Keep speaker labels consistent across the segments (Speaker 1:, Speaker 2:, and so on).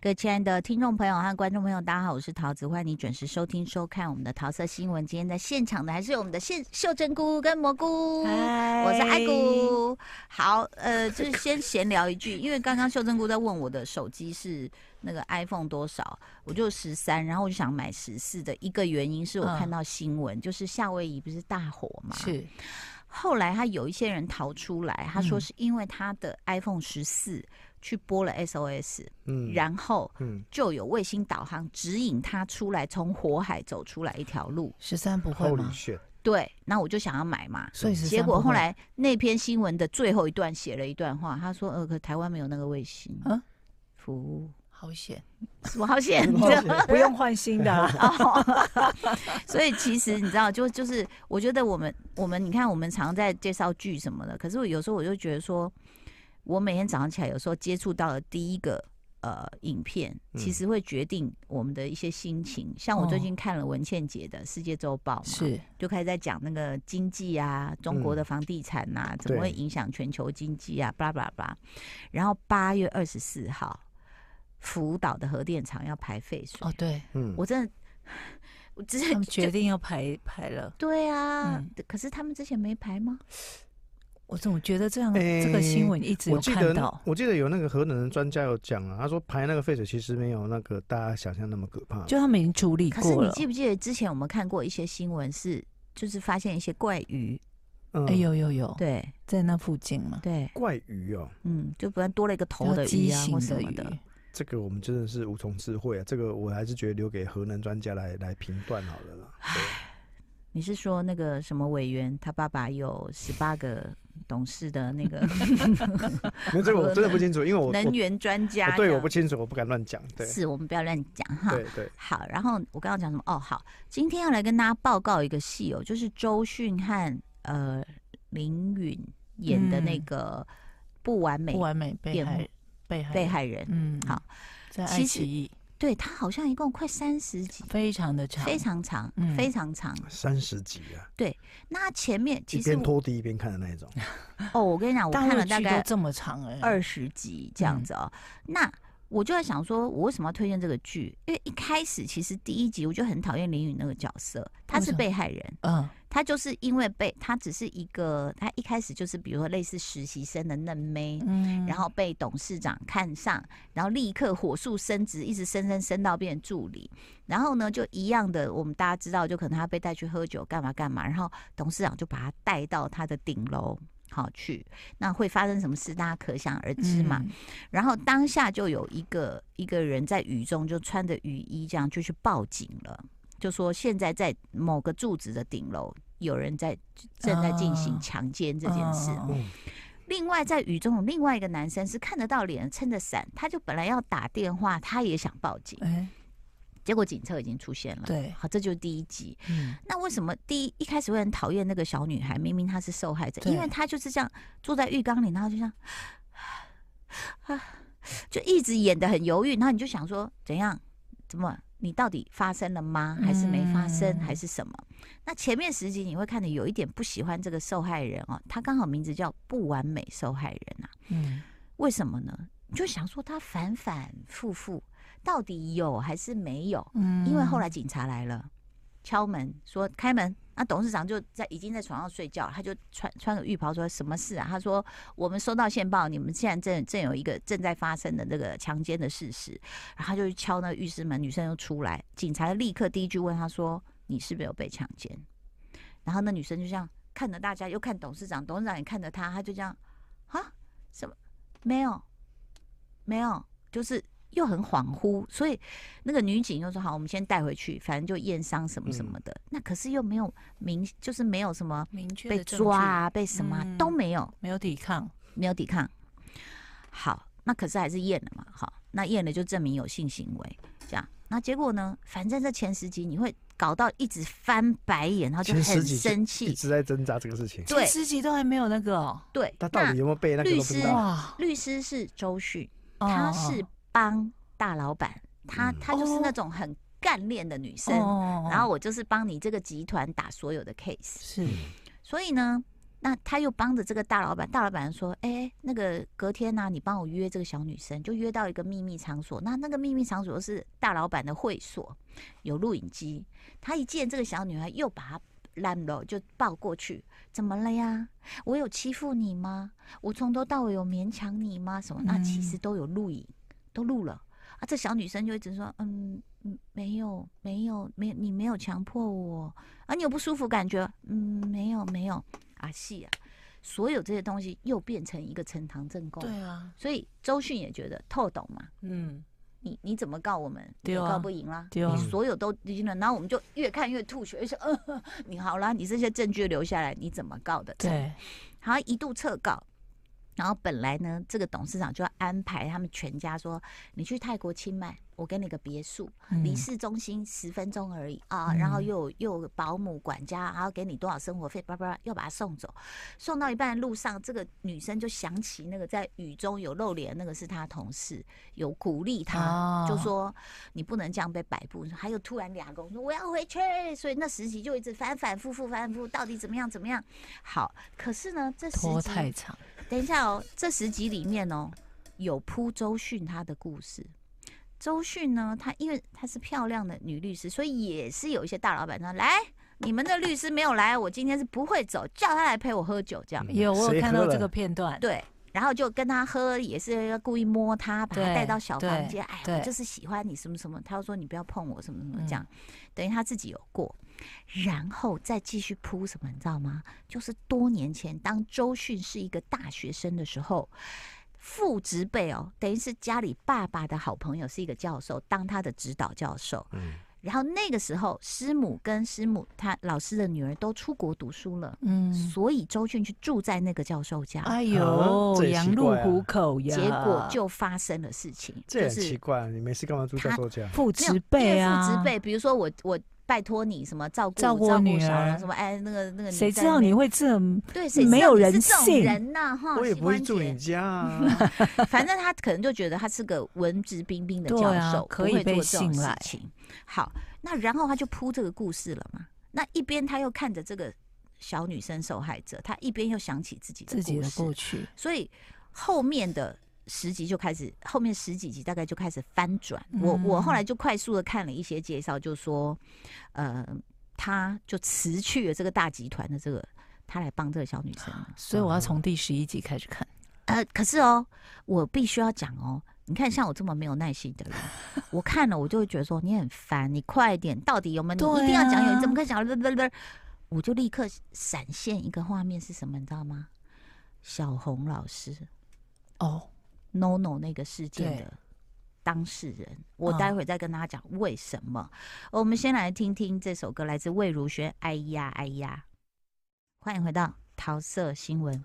Speaker 1: 各位亲爱的听众朋友和观众朋友，大家好，我是桃子，欢迎你准时收听收看我们的桃色新闻。今天在现场的还是我们的现秀珍菇跟蘑菇，
Speaker 2: 嗨
Speaker 1: 我是爱菇。好，呃，就是先闲聊一句，因为刚刚秀珍菇在问我的手机是那个 iPhone 多少，我就十三，然后我就想买十四的。一个原因是我
Speaker 2: 嗯
Speaker 1: 看到新闻，就是夏威夷不是大火嘛，
Speaker 2: 是
Speaker 1: 后来他有一些人逃出来，他说
Speaker 2: 嗯
Speaker 1: 是因为他的 iPhone 十四去拨了 SOS，、
Speaker 3: 嗯，
Speaker 1: 然后
Speaker 3: 嗯，
Speaker 1: 就有卫星导航指引他出来，从火海走出来一条路。
Speaker 2: 十三不会
Speaker 3: 厚礼
Speaker 2: 吗？
Speaker 3: 炫，
Speaker 1: 对，那我就想要买嘛。
Speaker 2: 所以十三
Speaker 1: 结果后来那篇新闻的最后一段写了一段话，他说：“呃，可台湾没有那个卫星
Speaker 2: 啊
Speaker 1: 服务，
Speaker 2: 好 险，
Speaker 1: 什么好 险
Speaker 3: 什么好 险
Speaker 1: 的。
Speaker 2: 不用换新的 啦。
Speaker 1: 哦 所以其实你知道，就就是我觉得我们我们你看我们常在介绍剧什么的，可是我有时候我就觉得说，我每天早上起来有时候接触到的第一个呃影片，
Speaker 3: 嗯
Speaker 1: 其实会决定我们的一些心情。像我最近看了文倩姐的《世界周报》嘛，
Speaker 2: 哦是嗯
Speaker 1: 就开始在讲那个经济啊，中国的房地产呐、怎么会
Speaker 3: 对
Speaker 1: 影响全球经济啊，巴拉巴拉巴拉。然后八月二十四号，福岛的核电厂要排废水，
Speaker 2: 哦，对，
Speaker 3: 嗯，
Speaker 1: 我真的。 我之
Speaker 2: 他
Speaker 1: 前
Speaker 2: 们决定要排排了。
Speaker 1: 对啊、
Speaker 2: 嗯
Speaker 1: 可是他们之前没排吗？
Speaker 2: 我总觉得这样，
Speaker 3: 哎
Speaker 2: 这个新闻一直
Speaker 3: 我
Speaker 2: 有
Speaker 3: 记
Speaker 2: 看
Speaker 3: 得
Speaker 2: 到
Speaker 3: 那，我记得有那个核能的专家有讲啊，他说排那个废水其实没有那个大家想象那么可怕，
Speaker 2: 就他们已经处理
Speaker 1: 可是
Speaker 2: 过
Speaker 1: 你
Speaker 2: 了。
Speaker 1: 记不记得之前我们看过一些新闻是，就是发现一些怪鱼，
Speaker 3: 嗯
Speaker 2: 哎，有有有，
Speaker 1: 对
Speaker 2: 在那附近嘛，
Speaker 1: 对，
Speaker 3: 怪鱼哦，
Speaker 1: 嗯，就不然多了一个头
Speaker 2: 要
Speaker 1: 的
Speaker 2: 畸
Speaker 1: 鱼啊
Speaker 2: 形
Speaker 1: 或什么
Speaker 2: 的
Speaker 1: 的
Speaker 2: 鱼，
Speaker 3: 这个我们真的是无从智慧啊，这个我还是觉得留给核能专家来来评断好了啦。
Speaker 1: 你是说那个什么委员他爸爸有十八个董事的 那个
Speaker 3: 没有这个我真的不清楚，因为我
Speaker 1: 能源专
Speaker 3: 我
Speaker 1: 家？
Speaker 3: 我对我不清楚，我不敢乱讲，对
Speaker 1: 是啊我们不要乱讲哈。
Speaker 3: 对对，
Speaker 1: 好，然后我刚刚讲什么？哦，好，今天要来跟大家报告一个戏哦，就是周迅和呃林允演的那
Speaker 2: 嗯
Speaker 1: 个《不完美
Speaker 2: 不完美被
Speaker 1: 变
Speaker 2: 害
Speaker 1: 目
Speaker 2: 被害
Speaker 1: 被害人》
Speaker 2: 嗯
Speaker 1: 好，
Speaker 2: 在
Speaker 1: 其
Speaker 2: 爱
Speaker 1: 实
Speaker 2: 奇艺
Speaker 1: 对他好像一共快三十集，
Speaker 2: 非常的长，
Speaker 1: 非常长，
Speaker 2: 嗯
Speaker 1: 非常长。
Speaker 3: 三十集啊，
Speaker 1: 那他前面
Speaker 3: 一
Speaker 1: 其实
Speaker 3: 边
Speaker 1: 我
Speaker 3: 拖地一边看的那一种，
Speaker 1: 哦，我跟你讲，我
Speaker 2: 大
Speaker 1: 看
Speaker 2: 陆
Speaker 1: 了大
Speaker 2: 剧
Speaker 1: 概
Speaker 2: 都这么长哎，
Speaker 1: 二十集这样子哦。那我就在想说，我为什么要推荐这个剧？因为一开始其实第一集我就很讨厌林允那个角色，她
Speaker 2: 为
Speaker 1: 是
Speaker 2: 什么
Speaker 1: 被害人。
Speaker 2: 嗯
Speaker 1: 他就是因为被他只是一个，他一开始就是比如说类似实习生的嫩妹，
Speaker 2: 嗯，
Speaker 1: 然后被董事长看上，然后立刻火速升职，一直升升升到变助理。然后呢，就一样的，我们大家知道，就可能他被带去喝酒干嘛干嘛，然后董事长就把他带到他的顶楼。好去，那会发生什么事，大家可想而知嘛。
Speaker 2: 嗯，
Speaker 1: 然后当下就有一个一个人在雨中就穿着雨衣这样就去报警了，就说现在在某个住址的顶楼有人在正在进行
Speaker 2: 啊
Speaker 1: 强奸这件事。
Speaker 2: 嗯
Speaker 3: 嗯，
Speaker 1: 另外在雨中有另外一个男生是看得到脸，撑着伞，他就本来要打电话，他也想报警，
Speaker 2: 哎，
Speaker 1: 结果警车已经出现了。
Speaker 2: 对，
Speaker 1: 好，这就是第一集。
Speaker 2: 嗯，
Speaker 1: 那为什么第一一开始会很讨厌那个小女孩？明明她是受害者，因为
Speaker 2: 对
Speaker 1: 她就是这样坐在浴缸里，然后就这样，啊，就一直演的很犹豫，然后你就想说怎样？怎么？你到底发生了吗？还是没发生？
Speaker 2: 嗯
Speaker 1: 还是什么？那前面十集你会看的有一点不喜欢这个受害人哦，他刚好名字叫不完美受害人啊，
Speaker 2: 嗯，
Speaker 1: 为什么呢？你就想说他反反复复，到底有还是没有？
Speaker 2: 嗯
Speaker 1: 因为后来警察来了，敲门说开门，那董事长就在已经在床上睡觉，他就穿穿个浴袍说什么事啊？他说我们收到线报，你们现在正正有一个正在发生的那个强奸的事实，然后他就去敲那个浴室门，女生就出来，警察立刻第一句问他说你是不是有被强奸？然后那女生就这样看着大家，又看董事长，董事长也看着他，他就这样啊什么没有没有，就是又很恍惚，所以那个女警又说好，我们先带回去，反正就验伤什么什
Speaker 3: 嗯
Speaker 1: 么的。那可是又没有明，就是没有什么
Speaker 2: 明确
Speaker 1: 被
Speaker 2: 的证
Speaker 1: 抓
Speaker 2: 据
Speaker 1: 啊，被什么啊、
Speaker 2: 嗯
Speaker 1: 都没有，
Speaker 2: 没有抵抗，
Speaker 1: 没有抵抗。好，那可是还是验了嘛，好，那验了就证明有性行为，这样。那结果呢？反正这前十集你会搞到一直翻白眼，然后就
Speaker 3: 前十
Speaker 1: 很
Speaker 3: 集就
Speaker 1: 生
Speaker 3: 一
Speaker 1: 气。
Speaker 3: 直在挣扎这个事情，
Speaker 1: 对
Speaker 2: 前十集都还没有那个哦，
Speaker 1: 对，
Speaker 3: 他到底有没有被那个都不知
Speaker 1: 律师哦
Speaker 3: 道，
Speaker 2: 哇，
Speaker 1: 律师是周迅，她
Speaker 2: 哦
Speaker 1: 是帮大老板，她
Speaker 3: 嗯
Speaker 1: 她就是那
Speaker 2: 哦
Speaker 1: 种很干练的女生。
Speaker 2: 哦
Speaker 1: 然后我就是帮你这个集团打所有的 case，
Speaker 2: 是
Speaker 1: 所以呢，那他又帮着这个大老板，大老板说：“哎、那个隔天啊呢、你帮我约这个小女生，就约到一个秘密场所。那那个秘密场所是大老板的会所，有录影机。他一见这个小女孩，又把她拦了，就抱过去。怎么了呀？我有欺负你吗？我从头到尾有勉强你吗？什么？那其
Speaker 2: 嗯
Speaker 1: 实都有录影，都录了。啊，这小女生就一直说，嗯嗯，没有没有没有，你没有强迫我啊，你有不舒服感觉？嗯，没有没有啊，是啊，所有这些东西又变成一个呈堂证供。
Speaker 2: 对啊，
Speaker 1: 所以周迅也觉得透懂嘛，
Speaker 2: 嗯，
Speaker 1: 你你怎么告我们？你
Speaker 2: 对
Speaker 1: 都
Speaker 2: 啊
Speaker 1: 告不赢啦，
Speaker 2: 对啊
Speaker 1: 你所有都赢了，然后我们就越看越吐血，说，呃，你好啦，你这些证据留下来，你怎么告的？
Speaker 2: 对，
Speaker 1: 好，一度撤告。然后本来呢，这个董事长就要安排他们全家说，你去泰国清迈，我给你个别墅，离
Speaker 2: 嗯
Speaker 1: 市中心十分钟而已啊，
Speaker 2: 嗯
Speaker 1: 然后又有又有保姆管家，然后给你多少生活费，叭叭，又把他送走。送到一半的路上，这个女生就想起那个在雨中有露脸的那个是她同事，有鼓励她。
Speaker 2: 哦
Speaker 1: 就说你不能这样被摆布，还有突然俩公说我要回去，所以那十集就一直反反复复反反复，复，到底怎么样怎么样？好，可是呢，这十
Speaker 2: 拖
Speaker 1: 集
Speaker 2: 太长，
Speaker 1: 等一下哦，这十集里面哦，有铺周迅她的故事。周迅呢，她因为她是漂亮的女律师，所以也是有一些大老板说：“来，你们的律师没有来，我今天是不会走，叫他来陪我喝酒。”这样
Speaker 3: 嗯
Speaker 2: 有我
Speaker 3: 谁
Speaker 2: 有看到
Speaker 3: 喝了
Speaker 2: 这个片段，
Speaker 1: 对。然后就跟他喝，也是要故意摸他，把他
Speaker 2: 对
Speaker 1: 带到小房
Speaker 2: 对
Speaker 1: 间。哎，
Speaker 2: 对嗯
Speaker 1: 我就是喜欢你什么什么。他又说你不要碰我什么什么这样，等于他自己有过，然后再继续铺什么，你知道吗？就是多年前，当周迅是一个大学生的时候，父职辈哦，等于是家里爸爸的好朋友是一个教授，当他的指导教授。
Speaker 3: 嗯，
Speaker 1: 然后那个时候，师母跟师母他老师的女儿都出国读书了，
Speaker 2: 嗯，
Speaker 1: 所以周迅去住在那个教授家。
Speaker 2: 哎
Speaker 3: 啊
Speaker 2: 呦
Speaker 3: 这，也
Speaker 2: 羊
Speaker 3: 奇
Speaker 2: 入
Speaker 3: 怪啊
Speaker 2: 虎口呀，
Speaker 1: 结果就发生了事情，
Speaker 3: 这也
Speaker 1: 就
Speaker 3: 很奇
Speaker 1: 是
Speaker 3: 怪，啊你没事干嘛住教
Speaker 1: 他
Speaker 3: 授家？
Speaker 2: 父
Speaker 1: 没有
Speaker 2: 职
Speaker 1: 因
Speaker 2: 辈
Speaker 1: 为
Speaker 2: 啊，
Speaker 1: 父职辈，比如说我我拜托你什么照顾
Speaker 2: 照顾我
Speaker 1: 照顾
Speaker 2: 女
Speaker 1: 小
Speaker 2: 儿
Speaker 1: 什么哎那个那个
Speaker 2: 谁
Speaker 1: 在
Speaker 2: 知道
Speaker 1: 那
Speaker 2: 你会这么
Speaker 1: 对谁
Speaker 2: 没
Speaker 1: 知道
Speaker 2: 有
Speaker 1: 你
Speaker 2: 人
Speaker 1: 是这种
Speaker 2: 性
Speaker 1: 人呐、哈，
Speaker 3: 我也
Speaker 1: 膝
Speaker 3: 不会
Speaker 1: 关
Speaker 3: 住
Speaker 1: 节
Speaker 3: 你家啊，
Speaker 1: 反正他可能就觉得他是个文质彬彬的
Speaker 2: 对
Speaker 1: 教
Speaker 2: 啊
Speaker 1: 授，
Speaker 2: 可
Speaker 1: 不
Speaker 2: 以
Speaker 1: 会
Speaker 2: 被
Speaker 1: 做这种
Speaker 2: 信
Speaker 1: 事
Speaker 2: 赖
Speaker 1: 情。好，那然后他就铺这个故事了嘛。那一边他又看着这个小女生受害者，他一边又想起自己的
Speaker 2: 自己
Speaker 1: 故
Speaker 2: 的
Speaker 1: 事，
Speaker 2: 过去？
Speaker 1: 所以后面的十集就开始，后面十几集大概就开始翻转。我我后来就快速的看了一些介绍，就说，呃，他就辞去了这个大集团的这个，他来帮这个小女生 了。
Speaker 2: 所以我要从第十一集开始看。
Speaker 1: 呃，可是哦，我必须要讲哦，你看像我这么没有耐心的人，我看了我就会觉得说你很烦，你快一点，到底有没有？你一
Speaker 2: 对
Speaker 1: 定要讲有，你怎
Speaker 2: 啊
Speaker 1: 么可以讲？我就立刻闪现一个画面是什么，你知道吗？小红老师。
Speaker 2: 哦，
Speaker 1: NONO 那个事件
Speaker 2: 对
Speaker 1: 的当事人。我
Speaker 2: 嗯
Speaker 1: 待会再跟大家讲为什么。呃我们先来听听这首歌，来自魏如萱，《哎呀哎呀》。欢迎回到桃色新闻。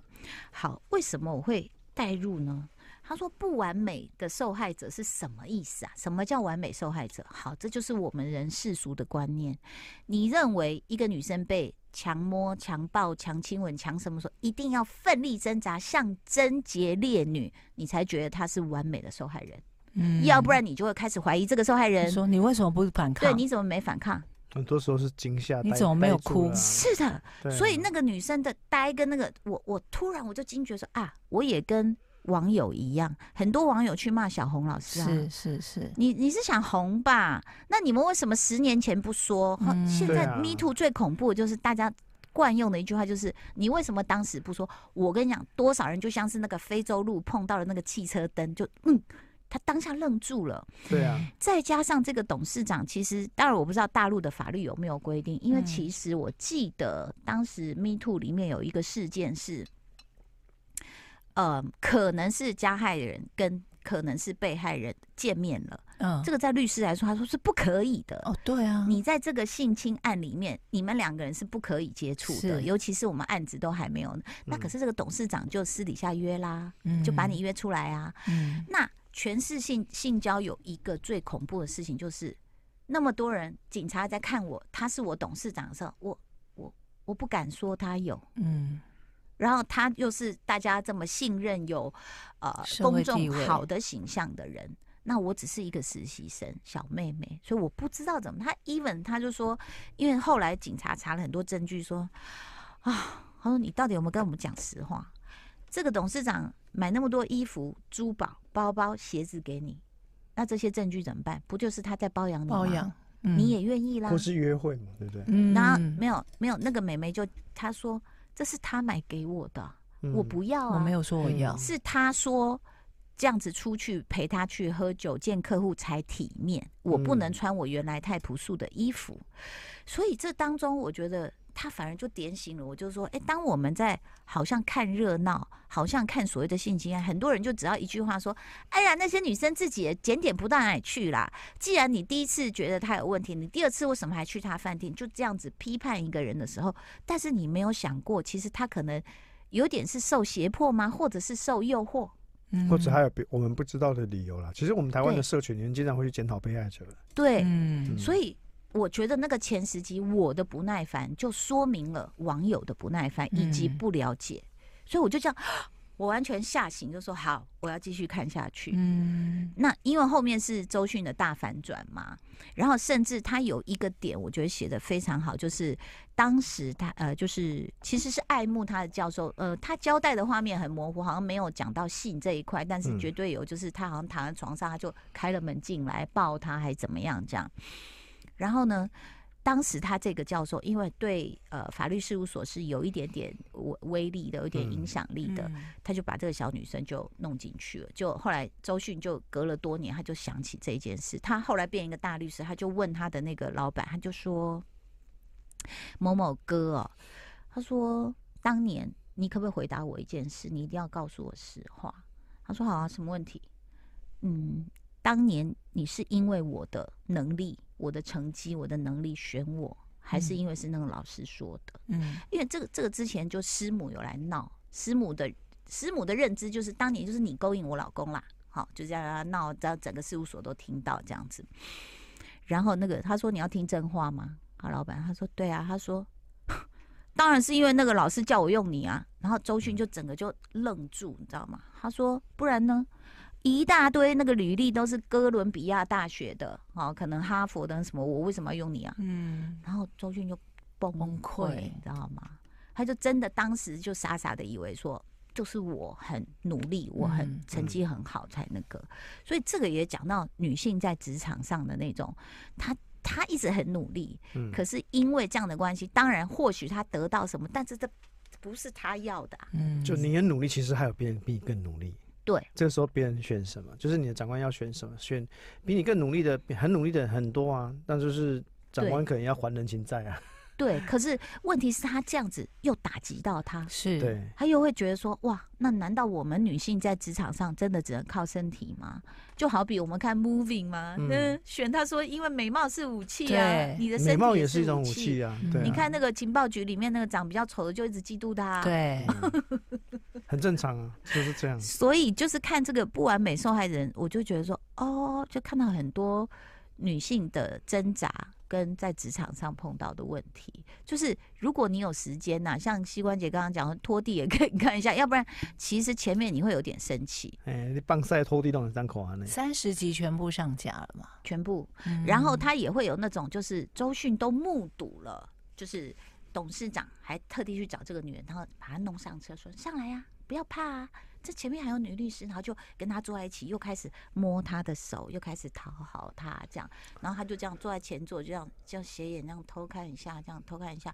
Speaker 1: 好，为什么我会带入呢？他说：“不完美的受害者是什么意思啊？什么叫完美受害者？好，这就是我们人世俗的观念。你认为一个女生被强摸、强暴、强亲吻、强什么时候，一定要奋力挣扎，像贞洁烈女，你才觉得她是完美的受害人，
Speaker 2: 嗯
Speaker 1: 要不然你就会开始怀疑这个受害
Speaker 2: 你
Speaker 1: 人。
Speaker 2: 说你为什么不反抗？
Speaker 1: 对，你怎么没反抗？
Speaker 3: 很多时候是惊吓呆。
Speaker 2: 你怎么没有
Speaker 3: 呆住
Speaker 2: 哭
Speaker 3: 了啊
Speaker 1: 是的，
Speaker 3: 对啊
Speaker 1: 所以那个女生的呆跟那个我，我突然我就惊觉说啊，我也跟网友一样，很多网友去骂小红老师啊。
Speaker 2: 是是是，
Speaker 1: 你你是想红吧？那你们为什么十年前不说？哈
Speaker 2: 嗯
Speaker 1: 现
Speaker 3: 对
Speaker 1: 在
Speaker 3: 啊
Speaker 1: Me Too 最恐怖的就是大家惯用的一句话就是你为什么当时不说？我跟你讲，多少人就像是那个非洲路碰到了那个汽车灯，就嗯，他当下愣住了。
Speaker 3: 对啊，
Speaker 1: 再加上这个董事长，其实当然我不知道大陆的法律有没有规定，因为
Speaker 2: 嗯
Speaker 1: 其实我记得当时 Me Too 里面有一个事件是，呃，可能是加害人跟可能是被害人见面了，
Speaker 2: 嗯，
Speaker 1: 这个在律师来说，他说是不可以的。
Speaker 2: 哦，对啊，
Speaker 1: 你在这个性侵案里面，你们两个人是不可以接触的，
Speaker 2: 是嗯
Speaker 1: 尤其是我们案子都还没有。那可是这个董事长就私底下约啦，就把你约出来啊。
Speaker 2: 嗯，
Speaker 1: 那全市性性交有一个最恐怖的事情，就是那么多人，警察在看我，他是我董事长的时候，我我我不敢说他有，
Speaker 2: 嗯
Speaker 1: 然后他又是大家这么信任有呃
Speaker 2: 社
Speaker 1: 公
Speaker 2: 会
Speaker 1: 众
Speaker 2: 地位
Speaker 1: 好的形象的人，那我只是一个实习生小妹妹，所以我不知道怎么。他 even 他就说，因为后来警察查了很多证据说，啊，他说你到底有没有跟我们讲实话？这个董事长买那么多衣服、珠宝、包包、鞋子给你，那这些证据怎么办？不就是他在包养你吗？
Speaker 2: 包养，嗯
Speaker 1: 你也愿意啦
Speaker 3: 或？是约会嘛，对不对？
Speaker 2: 嗯
Speaker 1: 然后没有没有，那个美眉就她说这是他买给我的，
Speaker 3: 嗯
Speaker 1: 我不要
Speaker 2: 我
Speaker 1: 啊
Speaker 2: 没，有说我要，
Speaker 1: 是他说。这样子出去陪他去喝酒见客户才体面，我不能
Speaker 3: 嗯
Speaker 1: 穿我原来太朴素的衣服，所以这当中我觉得他反而就点醒了我，就是说，哎、当我们在好像看热闹，好像看所谓的性侵害，很多人就只要一句话说，哎呀，那些女生自己也检点不到哪里去啦。既然你第一次觉得她有问题，你第二次为什么还去她饭店？就这样子批判一个人的时候，但是你没有想过，其实他可能有点是受胁迫吗？或者是受诱惑？
Speaker 2: 嗯
Speaker 3: 或者还有别我们不知道的理由啦。其实我们台湾
Speaker 1: 对
Speaker 3: 的社群里面经常会去检讨被害者，
Speaker 1: 对，
Speaker 2: 嗯
Speaker 1: 所以我觉得那个前十集我的不耐烦，就说明了网友的不耐烦以及
Speaker 2: 嗯
Speaker 1: 不了解，所以我就这样， 我完全吓醒，就说好，我要继续看下去。
Speaker 2: 嗯
Speaker 1: 那因为后面是周迅的大反转嘛，然后甚至他有一个点，我觉得写的非常好，就是当时他呃，就是其实是爱慕他的教授，呃，他交代的画面很模糊，好像没有讲到性这一块，但是
Speaker 3: 嗯
Speaker 1: 绝对有，就是他好像躺在床上，他就开了门进来抱他，还怎么样这样。然后呢，当时他这个教授因为对呃法律事务所是有一点点威威力的，有一点影
Speaker 3: 嗯
Speaker 1: 响力的，
Speaker 2: 嗯
Speaker 1: 他就把这个小女生就弄进去了。就后来周迅就隔了多年，他就想起这一件事。他后来变一个大律师，他就问他的那个老板，他就说：“某某哥哦，他说当年你可不可以回答我一件事？你一定要告诉我实话。”他说：“好啊，什么问题？”嗯，当年你是因为我的能力、我的成绩、我的能力选我，还是
Speaker 2: 嗯
Speaker 1: 因为是那个老师说的？
Speaker 2: 嗯
Speaker 1: 因为这个这个之前就师母有来闹，师母的师母的认知就是当年就是你勾引我老公啦，好就这样让他闹，然后整个事务所都听到这样子。然后那个他说你要听真话吗？好，老板他说对啊，他说 当然是因为那个老师叫我用你啊。然后周迅就整个就愣住，你知道吗？他说不然呢？一大堆那个履历都是哥伦比亚大学的，哦，可能哈佛的什么，我为什么要用你啊？
Speaker 2: 嗯
Speaker 1: 然后周迅就崩
Speaker 2: 崩
Speaker 1: 溃，
Speaker 2: 溃
Speaker 1: 你知道吗？他就真的当时就傻傻的以为说，就是我很努力，我很
Speaker 2: 嗯
Speaker 1: 成绩很好才那个。所以这个也讲到女性在职场上的那种，她她一直很努力，
Speaker 3: 嗯，
Speaker 1: 可是因为这样的关系，当然或许她得到什么，但是这不是她要的啊、
Speaker 2: 嗯，
Speaker 3: 就你很努力，其实还有别人比你更努力。
Speaker 1: 对，
Speaker 3: 这个时候别人选什么，就是你的长官要选什么，选比你更努力的，很努力的人很多啊，那就是长官可能要还人情债啊。
Speaker 1: 对，可是问题是她这样子又打击到她，
Speaker 2: 是
Speaker 3: 对，
Speaker 1: 他又会觉得说，哇，那难道我们女性在职场上真的只能靠身体吗？就好比我们看 Moving 吗？
Speaker 3: 嗯
Speaker 1: 嗯，选他说，因为美貌是武器啊，
Speaker 2: 对
Speaker 1: 你的身体
Speaker 3: 美貌也
Speaker 1: 是
Speaker 3: 是一种武
Speaker 1: 武
Speaker 3: 器。啊，
Speaker 2: 嗯
Speaker 3: 对啊
Speaker 1: 你看那个情报局里面那个长比较丑的，就一直嫉妒他、啊。，
Speaker 2: 对，
Speaker 3: 嗯 很正常啊，就是这样。
Speaker 1: 所以就是看这个不完美受害人，我就觉得说，哦，就看到很多女性的挣扎跟在职场上碰到的问题。就是如果你有时间呐、像膝关节刚刚讲的拖地也可以看一下，要不然其实前面你会有点生气。
Speaker 3: 哎、你棒晒拖地都能当口啊呢。
Speaker 2: 三十集全部上架了嘛，
Speaker 1: 全部，
Speaker 2: 嗯
Speaker 1: 然后他也会有那种就是周迅都目睹了，就是董事长还特地去找这个女人，然后把她弄上车说上来呀、不要怕啊，这前面还有女律师，然后就跟她坐在一起，又开始摸她的手，又开始讨好她这样，然后他就这样坐在前座，就这样这样斜眼这样偷看一下，这样偷看一下，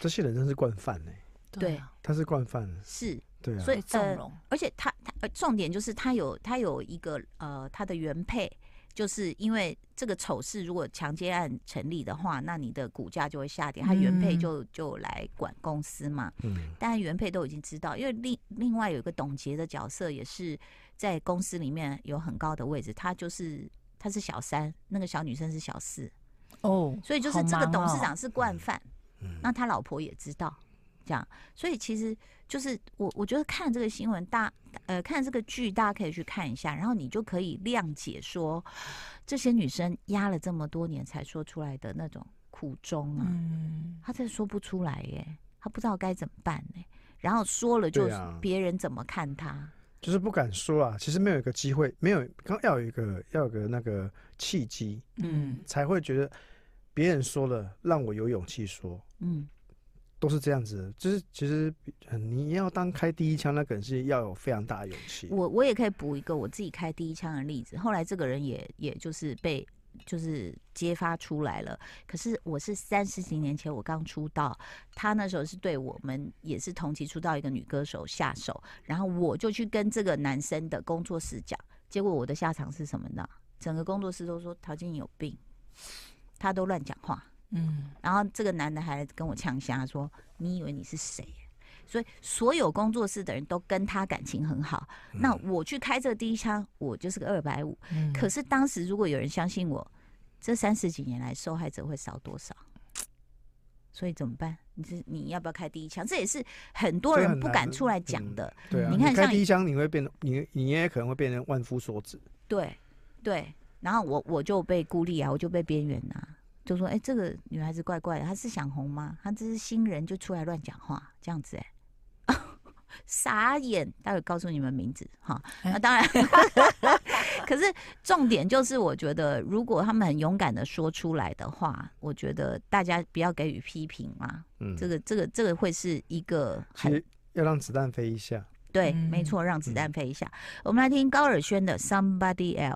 Speaker 3: 这些人真是惯犯呢、
Speaker 1: 对
Speaker 2: 啊
Speaker 3: 他是惯犯，
Speaker 1: 是
Speaker 3: 对啊。
Speaker 1: 所以呃
Speaker 2: 被纵容，
Speaker 1: 而且他他呃重点就是他有他有一个呃他的原配，就是因为这个丑事如果强奸案成立的话，那你的股价就会下跌，他原配
Speaker 2: 嗯
Speaker 1: 就就来管公司嘛。
Speaker 3: 嗯，
Speaker 1: 当然原配都已经知道，因为另另外有一个董洁的角色也是在公司里面有很高的位置，她就是她是小三，那个小女生是小四，
Speaker 2: 哦，
Speaker 1: 所以就是
Speaker 2: 好
Speaker 1: 这个
Speaker 2: 忙
Speaker 1: 董事
Speaker 2: 哦
Speaker 1: 长是惯
Speaker 3: 嗯
Speaker 1: 犯。
Speaker 3: 嗯
Speaker 1: 那他老婆也知道，这样，所以其实就是我我觉得看这个新闻大，呃，看这个剧，大家可以去看一下，然后你就可以谅解说，这些女生压了这么多年才说出来的那种苦衷啊，
Speaker 2: 嗯，
Speaker 1: 她真的说不出来耶，她不知道该怎么办呢，然后说了就
Speaker 3: 对啊
Speaker 1: 别人怎么看她，
Speaker 3: 就是不敢说啊。其实没有一个机会，没有刚要有一个要有个那个契机，
Speaker 2: 嗯
Speaker 3: 才会觉得别人说了让我有勇气说。
Speaker 1: 嗯，
Speaker 3: 都是这样子的，就是其实呃你要当开第一枪，那可能是要有非常大的勇气。
Speaker 1: 我我也可以补一个我自己开第一枪的例子，后来这个人也也就是被就是揭发出来了。可是我是三十几年前我刚出道，他那时候是对我们也是同期出道一个女歌手下手，然后我就去跟这个男生的工作室讲，结果我的下场是什么呢？整个工作室都说陶晶莹有病，他都乱讲话。
Speaker 2: 嗯，
Speaker 1: 然后这个男的还跟我呛瞎说：“你以为你是谁？”所以所有工作室的人都跟他感情很好。
Speaker 3: 嗯
Speaker 1: 那我去开这个第一枪，我就是个二百五。
Speaker 2: 嗯
Speaker 1: 可是当时如果有人相信我，这三十几年来受害者会少多少？所以怎么办？你是你要不要开第一枪？这也是很多
Speaker 3: 这
Speaker 1: 人
Speaker 3: 很
Speaker 1: 不
Speaker 3: 难
Speaker 1: 敢
Speaker 3: 的
Speaker 1: 出来讲
Speaker 3: 嗯
Speaker 1: 的。
Speaker 3: 对啊，
Speaker 1: 你看
Speaker 3: 开
Speaker 1: 像
Speaker 3: 第一枪，你会变得你你也可能会变成万夫所指。
Speaker 1: 对，对。然后我我就被孤立啊，我就被边缘啊，就说哎、这个女孩子怪怪的，她是想红吗？她这是新人就出来乱讲话这样子哎、 傻眼！待会告诉你们名字哈。
Speaker 2: 哎
Speaker 1: 那当然，可是重点就是，我觉得如果他们很勇敢的说出来的话，我觉得大家不要给予批评嘛。
Speaker 3: 嗯，
Speaker 1: 这个这个这个会是一个
Speaker 3: 其
Speaker 1: 很
Speaker 3: 实要让子弹飞一下。
Speaker 1: 对，
Speaker 2: 嗯
Speaker 1: 没错，让子弹飞一下。我们来听高尔宣的《Somebody Else》。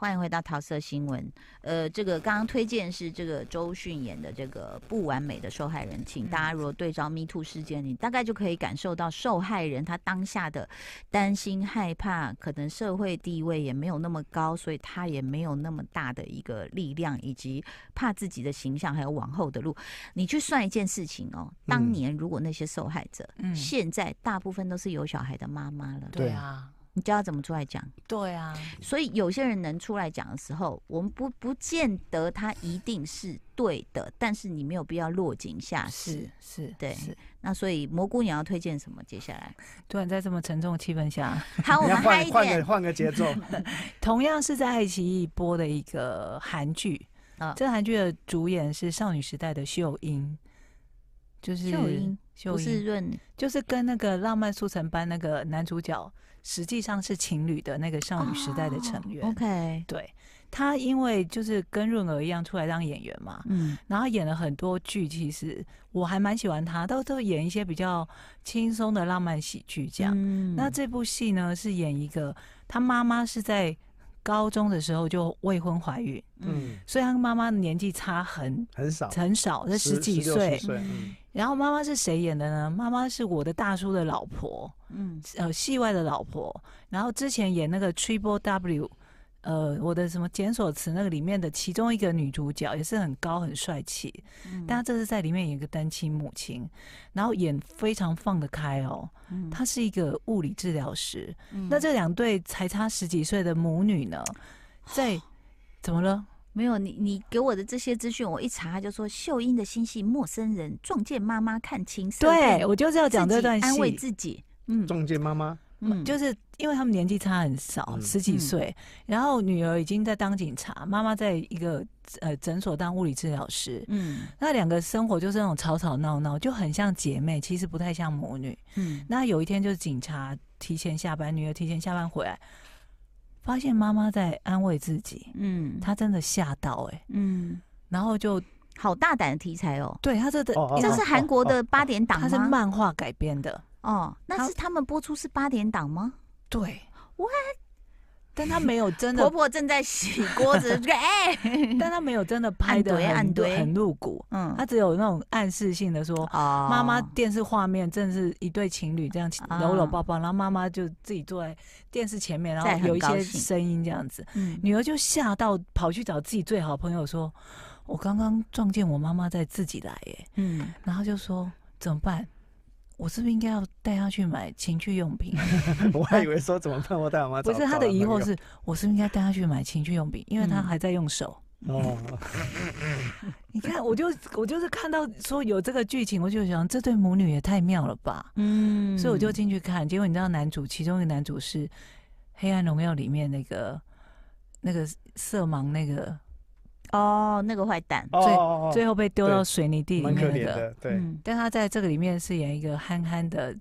Speaker 1: 欢迎回到桃色新闻。呃，这个刚刚推荐是这个周迅演的这个《不完美的受害人》，请大
Speaker 2: 嗯
Speaker 1: 家如果对照 Me Too 事件，你大概就可以感受到受害人他当下的担心、害怕，可能社会地位也没有那么高，所以他也没有那么大的一个力量，以及怕自己的形象还有往后的路。你去算一件事情哦，当
Speaker 3: 嗯
Speaker 1: 年如果那些受害者
Speaker 2: 嗯，
Speaker 1: 现在大部分都是有小孩的妈妈了，
Speaker 2: 对啊，
Speaker 1: 你教他怎么出来讲。
Speaker 2: 对啊，
Speaker 1: 所以有些人能出来讲的时候，我们不不见得他一定是对的，但是你没有必要落井下石
Speaker 2: 是。是，
Speaker 1: 对
Speaker 2: 是。
Speaker 1: 那所以蘑菇你要推荐什么？接下 来，
Speaker 2: 突然在这么沉重的气氛下，
Speaker 1: 好，我
Speaker 3: 你要
Speaker 1: 们嗨
Speaker 3: 换
Speaker 1: 哦一
Speaker 3: 换个
Speaker 1: 点。
Speaker 3: 换个节奏。
Speaker 2: 同样是在爱奇艺播的一个韩剧，
Speaker 1: 啊
Speaker 2: 这韩剧的主演是少女时代的秀英，就是
Speaker 1: 秀英，
Speaker 2: 秀
Speaker 1: 不是
Speaker 2: 英
Speaker 1: 润
Speaker 2: 就是跟那个《浪漫速成班》那个男主角实际上是情侣的那个少女时代的成员。
Speaker 1: 哦 OK，
Speaker 2: 对他，因为就是跟润儿一样出来当演员嘛，
Speaker 1: 嗯，
Speaker 2: 然后演了很多剧，其实我还蛮喜欢他，都都演一些比较轻松的浪漫喜剧这样。
Speaker 1: 嗯
Speaker 2: 那这部戏呢是演一个，他妈妈是在高中的时候就未婚怀孕，
Speaker 1: 嗯
Speaker 3: 嗯，
Speaker 2: 所以他跟妈妈年纪差很
Speaker 3: 很少，
Speaker 2: 很少，才十几
Speaker 3: 16
Speaker 2: 岁
Speaker 3: 17。岁。嗯
Speaker 2: 然后妈妈是谁演的呢？妈妈是我的大叔的老婆，
Speaker 1: 嗯
Speaker 2: 呃，戏外的老婆。然后之前演那个 Triple W，呃，我的什么检索词那个里面的其中一个女主角，也是很高很帅气，
Speaker 1: 嗯，
Speaker 2: 但她这次在里面演一个单亲母亲，然后演非常放得开哦。
Speaker 1: 嗯
Speaker 2: 她是一个物理治疗师，
Speaker 1: 嗯哦
Speaker 2: 那这两对才差十几岁的母女呢，在怎么了？
Speaker 1: 没有你，你给我的这些资讯，我一查就说秀英的新戏《陌生人》，撞见妈妈看清，色变
Speaker 2: 对我就是要讲
Speaker 1: 自
Speaker 2: 这
Speaker 1: 己
Speaker 2: 段
Speaker 1: 安慰
Speaker 2: 戏，
Speaker 1: 自己，嗯
Speaker 3: 中介妈 妈，
Speaker 1: 嗯，
Speaker 2: 就是因为他们年纪差很少，
Speaker 3: 嗯
Speaker 2: 十几
Speaker 1: 嗯
Speaker 2: 岁，然后女儿已经在当警察，妈妈在一个呃诊所当物理治疗师。
Speaker 1: 嗯
Speaker 2: 那两个生活就是那种吵吵闹闹，就很像姐妹，其实不太像母女。
Speaker 1: 嗯，
Speaker 2: 那有一天就是警察提前下班，女儿提前下班回来，发现妈妈在安慰自己，
Speaker 1: 嗯，
Speaker 2: 她真的吓到哎、欸
Speaker 1: 嗯，
Speaker 2: 然后就
Speaker 1: 好大胆的题材哦，
Speaker 2: 对她这的
Speaker 3: 哦哦
Speaker 1: 这是韩国的八点档
Speaker 2: 它
Speaker 1: 吗？
Speaker 2: 是漫画改编的，
Speaker 1: 哦，那
Speaker 2: 它
Speaker 1: 是他们播出是八点档吗？
Speaker 2: 对
Speaker 1: What？
Speaker 2: 但他没有真
Speaker 1: 婆
Speaker 2: 的，
Speaker 1: 婆正在洗锅 子，这个哎，
Speaker 2: 但他没有真的拍的
Speaker 1: 暗怼暗
Speaker 2: 很
Speaker 1: 怼
Speaker 2: 很露骨，
Speaker 1: 嗯
Speaker 2: 他只有那种暗示性的说，
Speaker 1: 哦
Speaker 2: 妈妈电视画面正是一对情侣这样
Speaker 1: 啊
Speaker 2: 搂搂抱抱，然后妈妈就自己坐在电视前面，然
Speaker 1: 在
Speaker 2: 后
Speaker 1: 很
Speaker 2: 有一
Speaker 1: 高
Speaker 2: 些
Speaker 1: 兴
Speaker 2: 声音这样子，
Speaker 1: 嗯
Speaker 2: 女儿就吓到跑去找自己最好朋友说，我刚刚撞见我妈妈在自己来耶，
Speaker 1: 嗯，
Speaker 2: 然后就说怎么办？我是不是应该要带她去买情趣用 品？
Speaker 3: 我还以为说怎么办，我带我妈找。
Speaker 2: 不是他
Speaker 3: 找
Speaker 2: 的
Speaker 3: 男
Speaker 2: 疑惑
Speaker 3: 朋友
Speaker 2: 是，我是不是应该带他去买情趣用品，因为他
Speaker 1: 嗯
Speaker 2: 还在 用手。
Speaker 3: 哦，
Speaker 2: 你看，我就我就是看到说有这个剧情，我就想这对母女也太妙了吧，
Speaker 1: 嗯
Speaker 2: 所以我就进去看。结果你知道，男主其中一个男主是《黑暗荣耀》里面那个那个色盲那个，
Speaker 1: 哦，那个坏蛋，
Speaker 3: 哦哦哦
Speaker 2: 最后被丢到
Speaker 3: 对
Speaker 2: 水泥地里
Speaker 3: 蛮可
Speaker 2: 面
Speaker 3: 怜
Speaker 2: 那个。
Speaker 3: 的，对，
Speaker 1: 嗯
Speaker 2: 但他在这个里面饰演一个憨憨的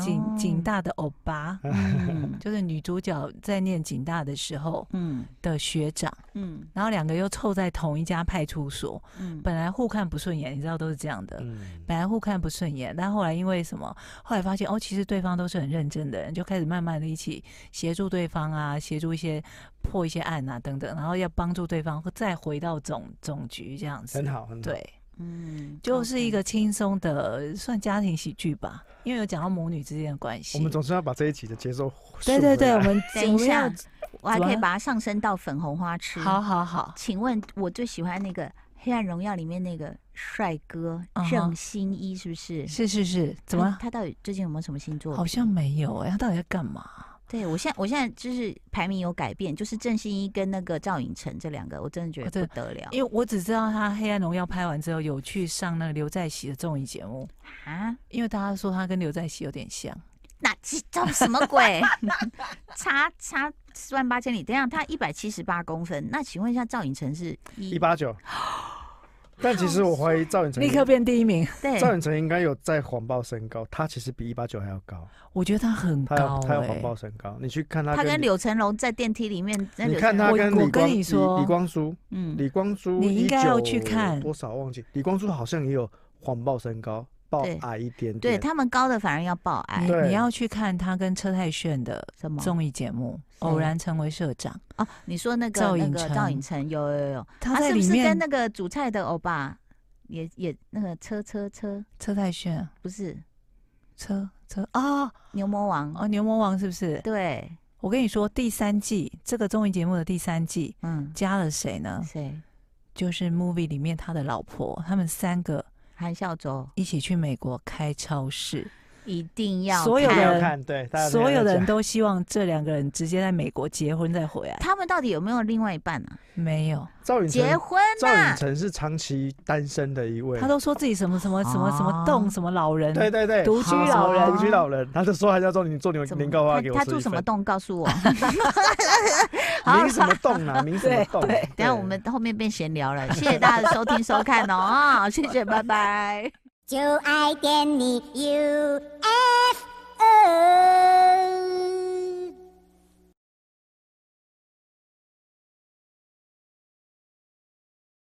Speaker 2: 警警
Speaker 1: 哦，
Speaker 2: 大的欧巴，
Speaker 1: 嗯
Speaker 2: 就是女主角在念警大的时候
Speaker 1: 嗯
Speaker 2: 的学长，
Speaker 1: 嗯
Speaker 2: 然后两个又凑在同一家派出所，
Speaker 1: 嗯，
Speaker 2: 本来互看不顺眼，你知道都是这样的。
Speaker 3: 嗯，
Speaker 2: 本来互看不顺眼，但后来因为什么？后来发现哦，其实对方都是很认真的人，就开始慢慢的一起协助对方啊，协助一些破一些案啊等等，然后要帮助对方再回到总总局这样子。
Speaker 3: 很，好，很好。
Speaker 2: 对，
Speaker 1: 嗯，
Speaker 2: 就是一
Speaker 1: OK
Speaker 2: 个轻松的算家庭喜剧吧，因为有讲到母女之间的关系。
Speaker 3: 我们总是要把这一集的节奏
Speaker 2: 对对 对，我们
Speaker 1: 等
Speaker 2: 我
Speaker 1: 一
Speaker 2: 们要
Speaker 1: 下，我还可以
Speaker 2: 怎么
Speaker 1: 把它上升到粉红花痴。
Speaker 2: 好，好好，
Speaker 1: 请问我最喜欢那个《黑暗荣耀》里面那个帅哥
Speaker 2: 嗯哼
Speaker 1: 郑兴一是不是？
Speaker 2: 是是是，怎
Speaker 1: 他
Speaker 2: 么
Speaker 1: 他到底最近有没有什么星座？
Speaker 2: 好像没有哎、他到底在干嘛？
Speaker 1: 对我现在我现在就是排名有改变，就是郑兴一跟那个赵寅成这两个，我真的觉
Speaker 2: 哦对
Speaker 1: 得不得了
Speaker 2: 因为我只知道他《黑暗荣耀》拍完之后有去上那个刘在熙的综艺节目。
Speaker 1: 啊！
Speaker 2: 因为大家说他跟刘在熙有点像，
Speaker 1: 那这这什么鬼？ 差差四万八千里，等一下他一百七十八公分，那请问一下赵寅成是
Speaker 3: 一
Speaker 1: 一
Speaker 3: 八 九。但其实我怀疑赵远成
Speaker 2: 立刻变第一 名。
Speaker 1: 对
Speaker 3: 赵远成应该有在谎报身高，他其实比一八九还要高，
Speaker 2: 我觉得他很
Speaker 3: 他
Speaker 2: 高
Speaker 3: 有他有
Speaker 2: 哎、
Speaker 3: 谎报身高。你去看他
Speaker 1: 他跟
Speaker 3: 跟
Speaker 1: 柳成龙在电梯里面，那
Speaker 3: 你
Speaker 1: 柳
Speaker 3: 看
Speaker 1: 成
Speaker 3: 他
Speaker 1: 龙
Speaker 3: 跟
Speaker 2: 我
Speaker 3: 李
Speaker 2: 我
Speaker 3: 光
Speaker 2: 跟你说
Speaker 3: 李李光洙，
Speaker 1: 嗯
Speaker 3: 李光洙
Speaker 2: 你应该要去
Speaker 3: 19
Speaker 2: 看
Speaker 3: 多少忘记，李光洙好像也有谎报身高，报
Speaker 1: 对
Speaker 3: 矮一点
Speaker 1: 对
Speaker 3: 点。
Speaker 1: 他们高的反而要爆
Speaker 2: 你
Speaker 1: 矮，
Speaker 3: 对
Speaker 2: 哎你要去看他跟车太铉的
Speaker 1: 什么？
Speaker 2: 综艺节目《
Speaker 3: 嗯
Speaker 1: 谁
Speaker 2: 偶然成为社长》，
Speaker 1: 哦，你说那个
Speaker 2: 赵
Speaker 1: 那
Speaker 2: 寅
Speaker 1: 个
Speaker 2: 成
Speaker 1: 赵寅成有有有，
Speaker 3: 啊
Speaker 1: 啊
Speaker 2: 他在
Speaker 1: 是不
Speaker 2: 里
Speaker 1: 是
Speaker 2: 面、
Speaker 1: 跟那个煮菜的欧巴也也那个车车车
Speaker 2: 车太铉
Speaker 1: 不是
Speaker 2: 车车啊
Speaker 1: 牛魔王？
Speaker 2: 哦牛魔王是不是？
Speaker 1: 对，
Speaker 2: 我跟你说，第三季这个综艺节目的第三季
Speaker 1: 嗯，
Speaker 2: 加了谁呢？
Speaker 1: 谁？
Speaker 2: 就是 movie 里面他的老婆，他们三个
Speaker 1: 韩孝周
Speaker 2: 一起去美国开超市，
Speaker 1: 一定要
Speaker 2: 所有的
Speaker 3: 不
Speaker 1: 看
Speaker 3: 要
Speaker 2: 人
Speaker 3: 看，对，大家
Speaker 2: 所
Speaker 3: 没
Speaker 2: 有
Speaker 3: 在
Speaker 2: 的人
Speaker 3: 讲
Speaker 2: 都希望这两个人直接在美国结婚再回来，
Speaker 1: 他们到底有没有另外一半啊？
Speaker 2: 没有。
Speaker 3: 赵远
Speaker 1: 结
Speaker 3: 成，
Speaker 1: 婚
Speaker 3: 嗯
Speaker 1: 啊
Speaker 3: 赵
Speaker 1: 呐
Speaker 3: 远？成是长期单身的一位
Speaker 2: 他，都说自己什么什么什么什么
Speaker 1: 啊
Speaker 2: 洞什么老人，
Speaker 3: 对对对，
Speaker 2: 独居啊老
Speaker 1: 好
Speaker 2: 人
Speaker 3: 独居老人，他就说他叫做你做年
Speaker 1: 怎么
Speaker 3: 年糕花给我
Speaker 1: 他他
Speaker 3: 吃一
Speaker 1: 住什么
Speaker 3: 份
Speaker 1: 洞？告 诉我。好
Speaker 3: 明什么洞啊？明什么洞？对
Speaker 1: 等一下我们后面变闲聊了，谢谢大家的收听收看哦，啊，谢谢，拜拜。
Speaker 4: 就爱点你 UFO。